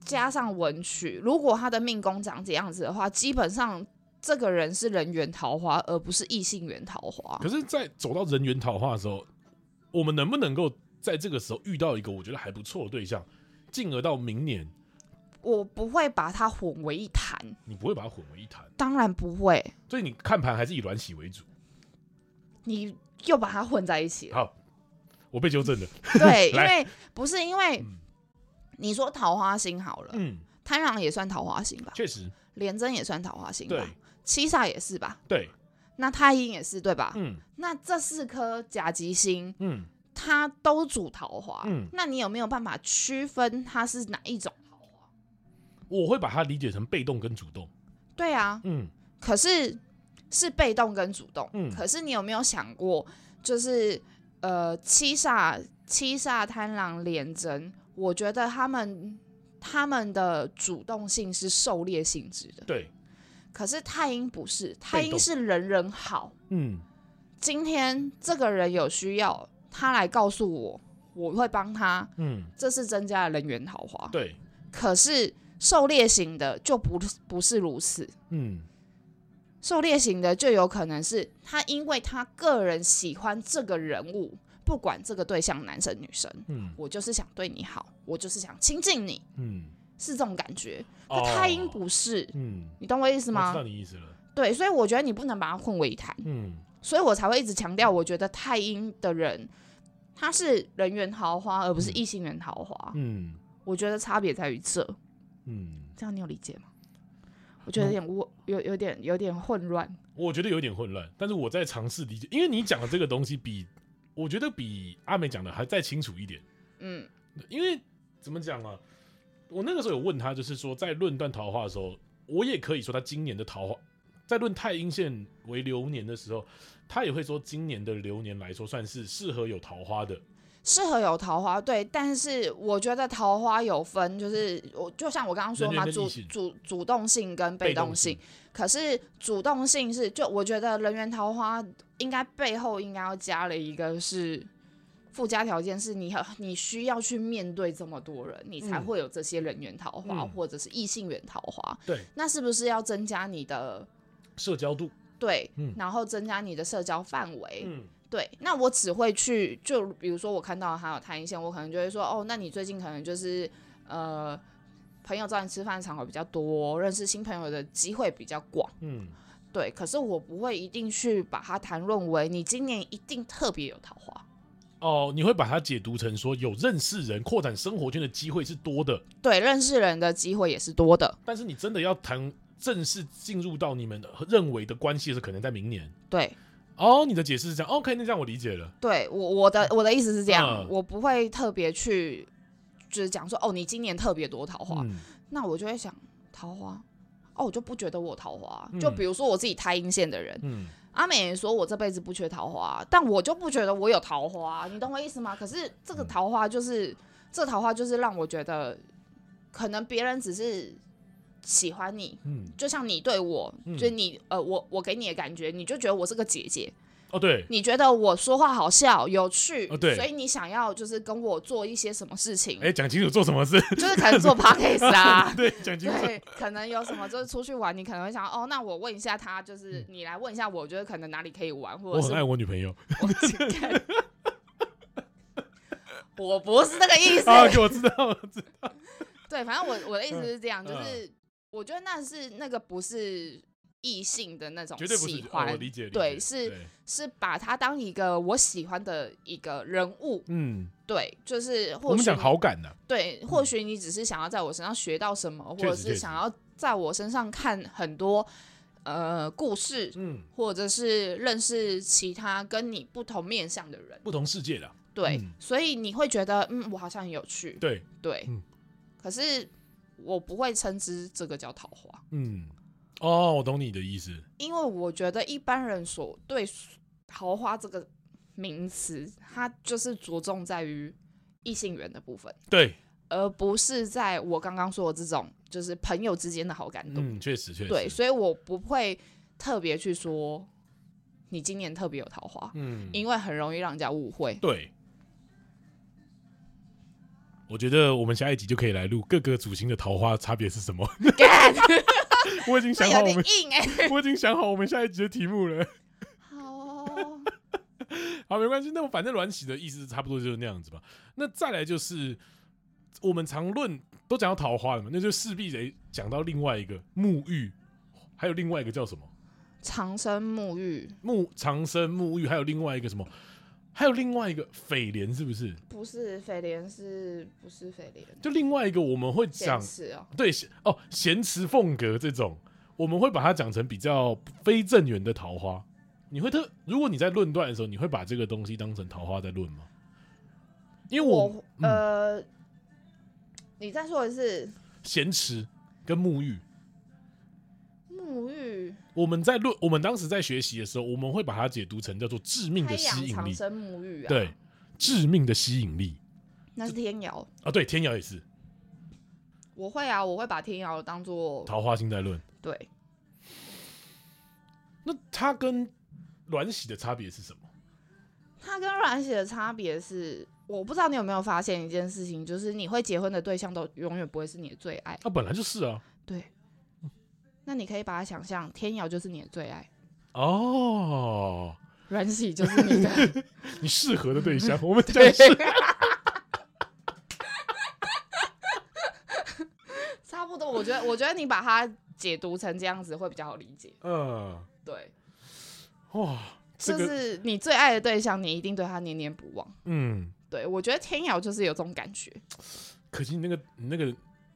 Speaker 2: 加上文曲，如果他的命宫长这样子的话，基本上这个人是人缘桃花，而不是异性缘桃花。
Speaker 1: 可是，在走到人猿桃花的时候，我们能不能够在这个时候遇到一个我觉得还不错的对象，进而到明年，
Speaker 2: 我不会把它混为一谈，
Speaker 1: 你不会把它混为一谈？
Speaker 2: 当然不会，
Speaker 1: 所以你看盘还是以软洗为主。
Speaker 2: 你又把它混在 一起了。
Speaker 1: 好，我被纠正了。
Speaker 2: 对，因
Speaker 1: 来
Speaker 2: 为不是因为你说桃花星好了，
Speaker 1: 嗯，
Speaker 2: 贪狼也算桃花星吧，
Speaker 1: 确实，
Speaker 2: 廉贞也算桃花星
Speaker 1: 对
Speaker 2: 吧，七煞也是吧，
Speaker 1: 对，
Speaker 2: 那太阴也是对吧？
Speaker 1: 嗯
Speaker 2: 那这四颗甲级星，
Speaker 1: 嗯，
Speaker 2: 它都主桃花，
Speaker 1: 嗯
Speaker 2: 那你有没有办法区分它是哪一种桃花？
Speaker 1: 我会把它理解成被动跟主动。
Speaker 2: 对啊，
Speaker 1: 嗯，
Speaker 2: 可是是被动跟主动，
Speaker 1: 嗯
Speaker 2: 可是你有没有想过，就是呃七煞、七煞、贪狼、廉贞，我觉得他们他们的主动性是狩猎性质的，
Speaker 1: 对，
Speaker 2: 可是太阴不是，太
Speaker 1: 被动
Speaker 2: 阴是人人好，
Speaker 1: 嗯，
Speaker 2: 今天这个人有需要，他来告诉我，我会帮他，
Speaker 1: 嗯，
Speaker 2: 这是增加了人缘桃花。
Speaker 1: 对，
Speaker 2: 可是狩猎型的就不不是如此，
Speaker 1: 嗯，
Speaker 2: 狩猎型的就有可能是他因为他个人喜欢这个人物，不管这个对象男生女生，
Speaker 1: 嗯，
Speaker 2: 我就是想对你好，我就是想亲近你，
Speaker 1: 嗯，
Speaker 2: 是这种感觉。
Speaker 1: 哦
Speaker 2: 可太阴，不是，
Speaker 1: 嗯，
Speaker 2: 你懂我意思
Speaker 1: 我
Speaker 2: 吗
Speaker 1: 知道？你意思了。
Speaker 2: 对，所以我觉得你不能把它混为一谈。
Speaker 1: 嗯，
Speaker 2: 所以我才会一直强调，我觉得太阴的人他是人缘桃花，而不是异性缘桃花。
Speaker 1: 嗯，
Speaker 2: 我觉得差别在于这，
Speaker 1: 嗯，
Speaker 2: 这样你有理解吗？我觉得有点我有有点有点混乱。
Speaker 1: 我觉得有点混乱，但是我在尝试理解，因为你讲的这个东西比我觉得比阿美讲的还再清楚一点。
Speaker 2: 嗯，
Speaker 1: 因为怎么讲啊？我那个时候有问他，就是说在论断桃花的时候，我也可以说他今年的桃花，在论太阴线为流年的时候，他也会说今年的流年来说算是适合有桃花的。
Speaker 2: 适合有桃花对，但是我觉得桃花有分，就是我就像我刚刚说
Speaker 1: 人缘
Speaker 2: 嘛，
Speaker 1: 跟
Speaker 2: 主
Speaker 1: 异性
Speaker 2: 主主动性跟被动性。
Speaker 1: 被
Speaker 2: 可是主动性是，就我觉得人缘桃花应该背后应该要加了一个是附加条件，是你很你需要去面对这么多人，你才
Speaker 1: 嗯
Speaker 2: 会有这些人缘桃花、
Speaker 1: 嗯
Speaker 2: 或者是异性缘桃花。
Speaker 1: 对，
Speaker 2: 那是不是要增加你的
Speaker 1: 社交度，
Speaker 2: 对，
Speaker 1: 嗯
Speaker 2: 然后增加你的社交范围？
Speaker 1: 嗯
Speaker 2: 对，那我只会去，就比如说我看到他有弹一线，我可能就会说，哦，那你最近可能就是呃，朋友找你吃饭的场合比较多，认识新朋友的机会比较广，
Speaker 1: 嗯，
Speaker 2: 对。可是我不会一定去把它谈论为你今年一定特别有桃花，
Speaker 1: 哦，你会把它解读成说有认识人、扩展生活圈的机会是多的，
Speaker 2: 对，认识人的机会也是多的，
Speaker 1: 但是你真的要谈正式进入到你们认为的关系的时候，可能在明年。
Speaker 2: 对，
Speaker 1: 哦，你的解释是这样，OK，那这样我理解了。
Speaker 2: 对我我的我的意思是这样，
Speaker 1: 嗯
Speaker 2: 我不会特别去就是讲说，哦，你今年特别多桃花，
Speaker 1: 嗯
Speaker 2: 那我就会想桃花。哦，我就不觉得我有桃花。啊
Speaker 1: 嗯
Speaker 2: 就比如说我自己胎阴线的人，
Speaker 1: 嗯，
Speaker 2: 阿美也说我这辈子不缺桃花，啊但我就不觉得我有桃花，啊你懂我意思吗？可是这
Speaker 1: 嗯
Speaker 2: 个桃花就是，这桃花就是让我觉得，可能别人只是喜欢你，
Speaker 1: 嗯，
Speaker 2: 就像你对我，
Speaker 1: 嗯
Speaker 2: 就是你呃，我我给你的感觉，你就觉得我是个姐姐，
Speaker 1: 哦对，
Speaker 2: 你觉得我说话好笑有趣，
Speaker 1: 哦对
Speaker 2: 所以你想要就是跟我做一些什么事情，
Speaker 1: 哎，讲清楚做什么事。。
Speaker 2: 就是可能做 podcast 嗯啊
Speaker 1: 对，讲清楚。
Speaker 2: 对，可能有什么就是出去玩，你可能会想哦，那我问一下他，就是
Speaker 1: 嗯
Speaker 2: 你来问一下我，我觉得可能哪里可以玩，或
Speaker 1: 我
Speaker 2: 者是
Speaker 1: 很爱我女朋 友
Speaker 2: 我 看我不是这个意思。
Speaker 1: 啊，给我知 道了，知
Speaker 2: 对，反正我我的意思是这样，
Speaker 1: 嗯
Speaker 2: 就是我觉得那是那个不是异性的那种
Speaker 1: 绝对不是
Speaker 2: 喜欢，
Speaker 1: 哦我理解，理解
Speaker 2: 对是
Speaker 1: 对
Speaker 2: 是把他当一个我喜欢的一个人物。
Speaker 1: 嗯，
Speaker 2: 对，就是或许
Speaker 1: 我们讲好感呢，嗯
Speaker 2: 对，或许你只是想要在我身上学到什么，或
Speaker 1: 确
Speaker 2: 者
Speaker 1: 实确
Speaker 2: 是
Speaker 1: 实
Speaker 2: 想要在我身上看很多呃故事，
Speaker 1: 嗯，
Speaker 2: 或者是认识其他跟你不同面向的人，
Speaker 1: 不同世界的啊，
Speaker 2: 对，
Speaker 1: 嗯
Speaker 2: 所以你会觉得嗯，我好像很有趣，
Speaker 1: 对，
Speaker 2: 对，
Speaker 1: 嗯
Speaker 2: 可是我不会称之这个叫桃花，
Speaker 1: 嗯，哦，我懂你的意思，
Speaker 2: 因为我觉得一般人所对桃花这个名词，它就是着重在于异性缘的部分，
Speaker 1: 对，
Speaker 2: 而不是在我刚刚说的这种就是朋友之间的好感度。
Speaker 1: 嗯，确实确实，
Speaker 2: 对，所以我不会特别去说你今年特别有桃花，
Speaker 1: 嗯，
Speaker 2: 因为很容易让人家 误会。
Speaker 1: 对。我觉得我们下一集就可以来录各个主星的桃花差别是什么。
Speaker 2: 干，
Speaker 1: 我已经
Speaker 2: 这
Speaker 1: 想
Speaker 2: 有
Speaker 1: 好
Speaker 2: 点
Speaker 1: 我们，
Speaker 2: 硬哎、
Speaker 1: 我已经想好我们下一集的题目了。
Speaker 2: 好哦，
Speaker 1: 好，没关系。那我反正阮喜的意思是差不多就是那样子吧。那再来就是我们常论都讲到桃花了嘛，那就势必得讲到另外一个沐浴，还有另外一个叫什么
Speaker 2: 长生沐浴
Speaker 1: 沐长生沐浴，还有另外一个什么，还有另外一个匪莲是不是？
Speaker 2: 不是肥莲，是不是肥莲？
Speaker 1: 就另外一个我们会
Speaker 2: 现
Speaker 1: 讲
Speaker 2: 实哦，
Speaker 1: 对哦，咸池凤阁这种，我们会把它讲成比较非正缘的桃花。你会特，如果你在论断的时候，你会把这个东西当成桃花在论吗？因为我嗯
Speaker 2: 我呃，你再说一次
Speaker 1: 咸池跟沐浴，
Speaker 2: 沐浴
Speaker 1: 我们在论，我们当时在学习的时候，我们会把它解读成叫做致命
Speaker 2: 开
Speaker 1: 的吸
Speaker 2: 阳
Speaker 1: 引
Speaker 2: 长
Speaker 1: 力，
Speaker 2: 生沐浴啊，
Speaker 1: 对，，致命的吸引力
Speaker 2: 那是天瑶，
Speaker 1: 啊，对，天瑶也是
Speaker 2: 我会啊，我会把天瑶当做
Speaker 1: 桃花星在论。
Speaker 2: 对，
Speaker 1: 那它跟卵喜的差别是什么？
Speaker 2: 它跟阮喜的差别是。我不知道你有没有发现一件事情，就是你会结婚的对象都永远不会是你的最爱。
Speaker 1: 它、本来就是啊，
Speaker 2: 对，嗯那你可以把它想象，天瑶就是你的最 爱，
Speaker 1: 哦，
Speaker 2: 阮喜就是你的
Speaker 1: 你适合的对象，我们讲适
Speaker 2: 差不多。我觉得，我觉得你把它解读成这样子会比较好理解。
Speaker 1: 嗯，
Speaker 2: 对，
Speaker 1: 哇，这
Speaker 2: 就
Speaker 1: 个、
Speaker 2: 是你最爱的对象，你一定对他念念不忘。
Speaker 1: 嗯，
Speaker 2: 对我觉得天瑶就是有这种感觉，
Speaker 1: 可惜你那个你那个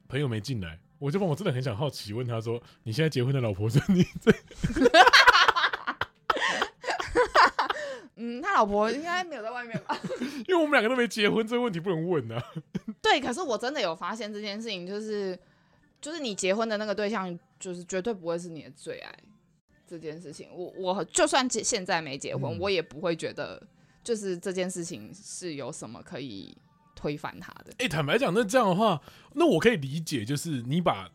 Speaker 1: 朋友没进来，我就问我真的很想好奇问他说，你现在结婚的老婆是你 这
Speaker 2: 嗯，他老婆应该没有在外面吧？
Speaker 1: 因为我们两个都没结婚，这个问题不能问啊。
Speaker 2: 对，可是我真的有发现这件事情，就是就是你结婚的那个对象，就是绝对不会是你的最爱这件事情。我我就算结现在没结婚，
Speaker 1: 嗯
Speaker 2: 我也不会觉得就是这件事情是有什么可以推翻他的。
Speaker 1: 哎、坦白讲，那这样的话，那我可以理解，就是你把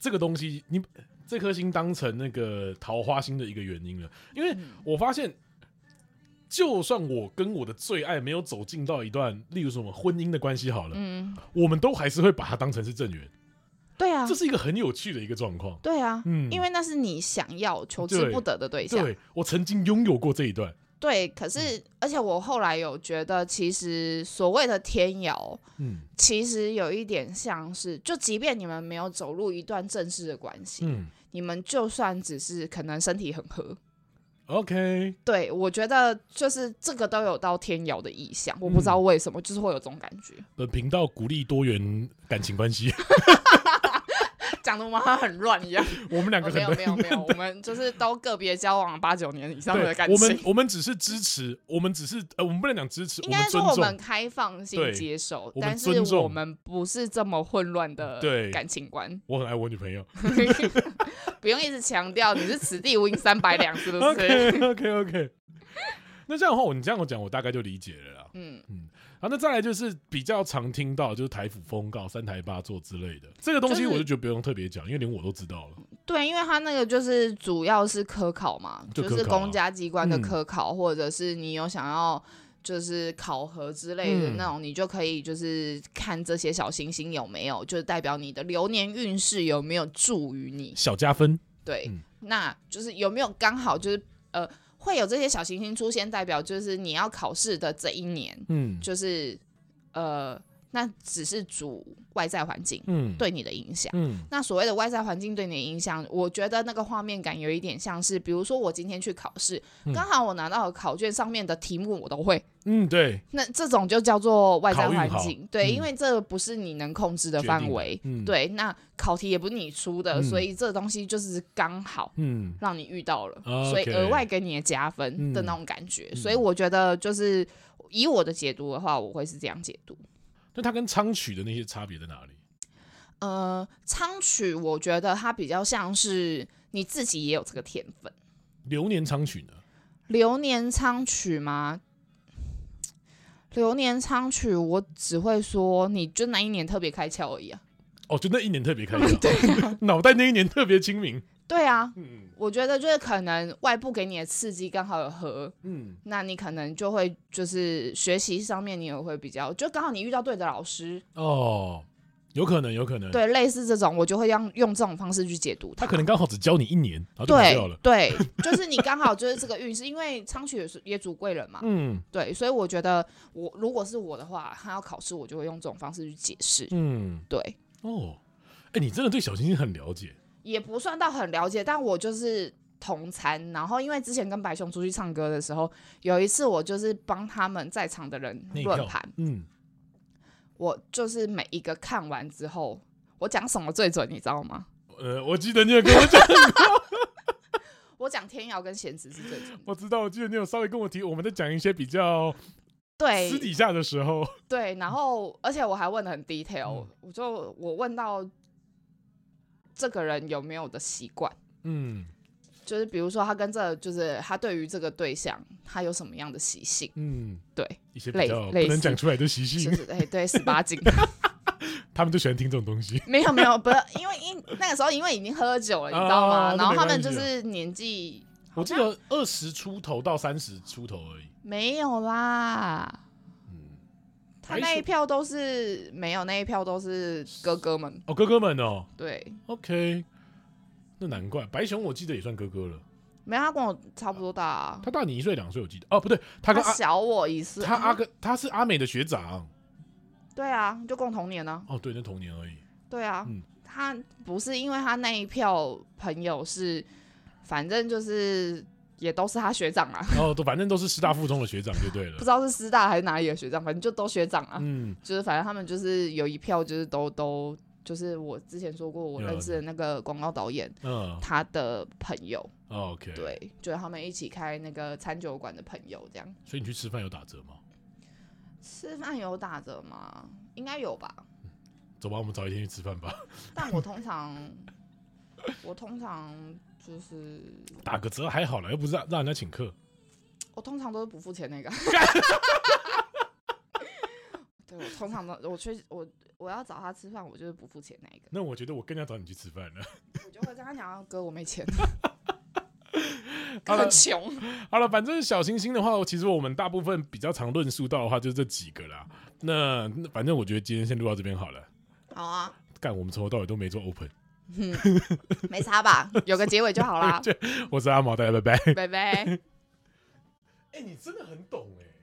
Speaker 1: 这个东西，你这颗星当成那个桃花星的一个原因了，因 为
Speaker 2: 嗯
Speaker 1: 我发现。就算我跟我的最爱没有走进到一段，例如什么婚姻的关系好了，
Speaker 2: 嗯，
Speaker 1: 我们都还是会把它当成是正缘，
Speaker 2: 对啊
Speaker 1: 这，是一个很有趣的一个状况。
Speaker 2: 对啊，
Speaker 1: 嗯，
Speaker 2: 因为那是你想要求之
Speaker 1: 对
Speaker 2: 不得的对象。
Speaker 1: 对嗯我曾经拥有过这一段，
Speaker 2: 哦对，可是而且我后来有觉得，其实所谓的天瑶，
Speaker 1: 嗯
Speaker 2: 其实有一点像是，就即便你们没有走入一段正式的关系，
Speaker 1: 嗯
Speaker 2: 你们就算只是可能身体很合，
Speaker 1: ，OK，
Speaker 2: 对我觉得就是这个都有到天瑶的意向，我
Speaker 1: 嗯
Speaker 2: 不知道为什么，就是会有这种感觉。
Speaker 1: 本频道鼓励多元感情关系，
Speaker 2: 讲的我们好像很乱一样，
Speaker 1: 我们两
Speaker 2: 哦
Speaker 1: 个
Speaker 2: 没
Speaker 1: 很
Speaker 2: 有没有没有，我们就是都个别交往八九年以上的感
Speaker 1: 对，我们
Speaker 2: 情。
Speaker 1: 我们只是支持，我们只是呃，我们不能讲支持，
Speaker 2: 应该说
Speaker 1: 尊
Speaker 2: 我
Speaker 1: 重，
Speaker 2: 们开放性
Speaker 1: 对
Speaker 2: 接受，
Speaker 1: 我们
Speaker 2: 但是
Speaker 1: 尊重
Speaker 2: 我们不是这么混乱的
Speaker 1: 对
Speaker 2: 感情观，
Speaker 1: 我很爱我女朋友。
Speaker 2: 不用一直强调你是此地无银三百两，是不是？
Speaker 1: OK OK OK，那这样的话，你这样讲，我大概就理解了啦。
Speaker 2: 嗯，
Speaker 1: 啊，那再来就是比较常听到就是台府公告、三台八座之类的这个东西，
Speaker 2: 就是
Speaker 1: 我就觉得不用特别讲，因为连我都知道了。
Speaker 2: 对，因为他那个就是主要是科考嘛，
Speaker 1: 就
Speaker 2: 就
Speaker 1: 科
Speaker 2: 是
Speaker 1: 考啊
Speaker 2: 公家机关的
Speaker 1: 嗯
Speaker 2: 科考，或者是你有想要就是考核之类的
Speaker 1: 嗯
Speaker 2: 那种，你就可以就是看这些小星星有没有，就是代表你的流年运势有没有助于你。
Speaker 1: 小加分，
Speaker 2: 对，
Speaker 1: 嗯
Speaker 2: 那就是有没有刚好就是呃会有这些小行星出现，代表就是你要考试的这一年，
Speaker 1: 嗯，
Speaker 2: 就是呃那只是主外在环境
Speaker 1: 嗯，，
Speaker 2: 对你的影响。
Speaker 1: 嗯
Speaker 2: 那所谓的外在环境对你的影响，我觉得那个画面感有一点像是，比如说我今天去考试，
Speaker 1: 嗯
Speaker 2: 刚好我拿到的考卷上面的题目我都会，
Speaker 1: 嗯，对，
Speaker 2: 那这种就叫做外在
Speaker 1: 考运
Speaker 2: 环
Speaker 1: 好
Speaker 2: 境，对，
Speaker 1: 嗯
Speaker 2: 因为这不是你能控制的
Speaker 1: 决
Speaker 2: 范
Speaker 1: 定的
Speaker 2: 围，
Speaker 1: 嗯，，
Speaker 2: 对，那考题也不是你出的，
Speaker 1: 嗯
Speaker 2: 所以这东西就是刚好
Speaker 1: 嗯，
Speaker 2: 让你遇到了，
Speaker 1: OK
Speaker 2: 所以额外给你的加分
Speaker 1: 嗯
Speaker 2: 的那种感觉，
Speaker 1: 嗯
Speaker 2: 所以我觉得就是以我的解读的话，我会是这样解读。
Speaker 1: 那它跟昌曲的那些差别在哪里？
Speaker 2: 呃，昌曲我觉得它比较像是你自己也有这个天分。
Speaker 1: 流年昌曲呢？
Speaker 2: 流年昌曲吗？流年昌曲，我只会说你就那一年特别开窍而已啊。
Speaker 1: 哦，就那一年特别开窍，对， 脑袋那一年特别精明，
Speaker 2: 对啊，
Speaker 1: 嗯
Speaker 2: 我觉得就是可能外部给你的刺激刚好有合，
Speaker 1: 嗯
Speaker 2: 那你可能就会就是学习上面你也会比较，就刚好你遇到对的老师，
Speaker 1: 哦，有可能，有可能，，
Speaker 2: 对类似这种，我就会让用这种方式去解读
Speaker 1: 他可能刚好只教你一年，然后就跑掉
Speaker 2: 对
Speaker 1: 了，
Speaker 2: 对，就是你刚好就是这个运势，因为昌曲也是也主贵人嘛，
Speaker 1: 嗯
Speaker 2: 对，所以我觉得我如果是我的话，他要考试，我就会用这种方式去解释，
Speaker 1: 嗯，
Speaker 2: 对，
Speaker 1: 哦，哎、你真的对小星星很了解，
Speaker 2: 也不算到很了解，但我就是。同餐，然后因为之前跟白熊出去唱歌的时候，有一次我就是帮他们在场的人
Speaker 1: 那一
Speaker 2: 论
Speaker 1: 票
Speaker 2: 盘，
Speaker 1: 嗯，
Speaker 2: 我就是每一个看完之后，我讲什么最准，你知道吗？
Speaker 1: 呃，我记得你有跟我讲，
Speaker 2: 我讲天姚跟贤子是最准的。
Speaker 1: 我知道，我记得你有稍微跟我提，我们在讲一些比较私
Speaker 2: 对
Speaker 1: 底下的时候，
Speaker 2: 对，然后而且我还问的很 detail，、
Speaker 1: 嗯
Speaker 2: 我就我问到这个人有没有的习惯，
Speaker 1: 嗯
Speaker 2: 就是比如说他跟这就是他对于这个对象他有什么样的习性，
Speaker 1: 嗯，
Speaker 2: 对，
Speaker 1: 一些比
Speaker 2: 类
Speaker 1: 较不
Speaker 2: 类
Speaker 1: 能
Speaker 2: 似
Speaker 1: 讲出来的习
Speaker 2: 就
Speaker 1: 性，
Speaker 2: 是哎对十八禁，
Speaker 1: 他们就喜欢听这种东西，
Speaker 2: 没有没有，不是因为因那个时候因为已经喝酒了，你知道吗？
Speaker 1: 哦那
Speaker 2: 然后
Speaker 1: 没
Speaker 2: 他们
Speaker 1: 关
Speaker 2: 就
Speaker 1: 系啊
Speaker 2: 是年纪
Speaker 1: 我记得二十出头到三十出头而已，
Speaker 2: 没有啦，
Speaker 1: 嗯，
Speaker 2: 他
Speaker 1: 白
Speaker 2: 那一
Speaker 1: 熊
Speaker 2: 票都是没有，那一票都是哥哥们。
Speaker 1: 哦，哥哥们哦
Speaker 2: 对，
Speaker 1: ，OK，那难怪白熊，我记得也算哥哥了，
Speaker 2: 没有他跟我差不多大、啊，
Speaker 1: 他大你一岁两岁，我记得，哦，不对，他
Speaker 2: 他
Speaker 1: 跟阿
Speaker 2: 小我一岁。啊
Speaker 1: 他阿哥他是阿美的学长，
Speaker 2: 对啊，就共同年啊。
Speaker 1: 哦，对，那同年而已，
Speaker 2: 对啊，
Speaker 1: 嗯
Speaker 2: 他不是因为他那一票朋友是，反正就是也都是他学长啊，
Speaker 1: 然后哦都反正都是师大附中的学长就对
Speaker 2: 不
Speaker 1: 了
Speaker 2: 知，道是师大还是哪里的学长，反正就都学长啊。
Speaker 1: 嗯。
Speaker 2: 就是反正他们就是有一票，就是都都就是我之前说过我
Speaker 1: 了
Speaker 2: 认识的那个广告导演
Speaker 1: 嗯哦
Speaker 2: 他的朋友，
Speaker 1: ，OK，，
Speaker 2: 对，就是他们一起开那个餐酒馆的朋友这样。
Speaker 1: 所以你去吃饭有打折吗？
Speaker 2: 吃饭有打折吗？应该有吧，
Speaker 1: 走吧，我们早一天去吃饭吧，
Speaker 2: 但我通常我通常就是
Speaker 1: 打个折还好啦，又不是让让人家请客。
Speaker 2: 我通常都是不付钱那个。对，我通常都我去我我要找他吃饭，我就是不付钱那一个，
Speaker 1: 那我觉得我更要找你去吃饭了。
Speaker 2: 我就会跟他讲哥我没钱，
Speaker 1: 好
Speaker 2: 很
Speaker 1: 了，
Speaker 2: 穷。
Speaker 1: 好了，反正小星星的话，其实我们大部分比较常论述到的话，就是这几个啦。那那反正我觉得今天先录到这边好了。
Speaker 2: 好啊，嗯
Speaker 1: 干，我们从头到尾都没做 open。
Speaker 2: 没差吧？有个结尾就 好啦，
Speaker 1: 我是阿毛，大家拜拜。
Speaker 2: 拜拜。
Speaker 1: 哎、你真的很懂哎、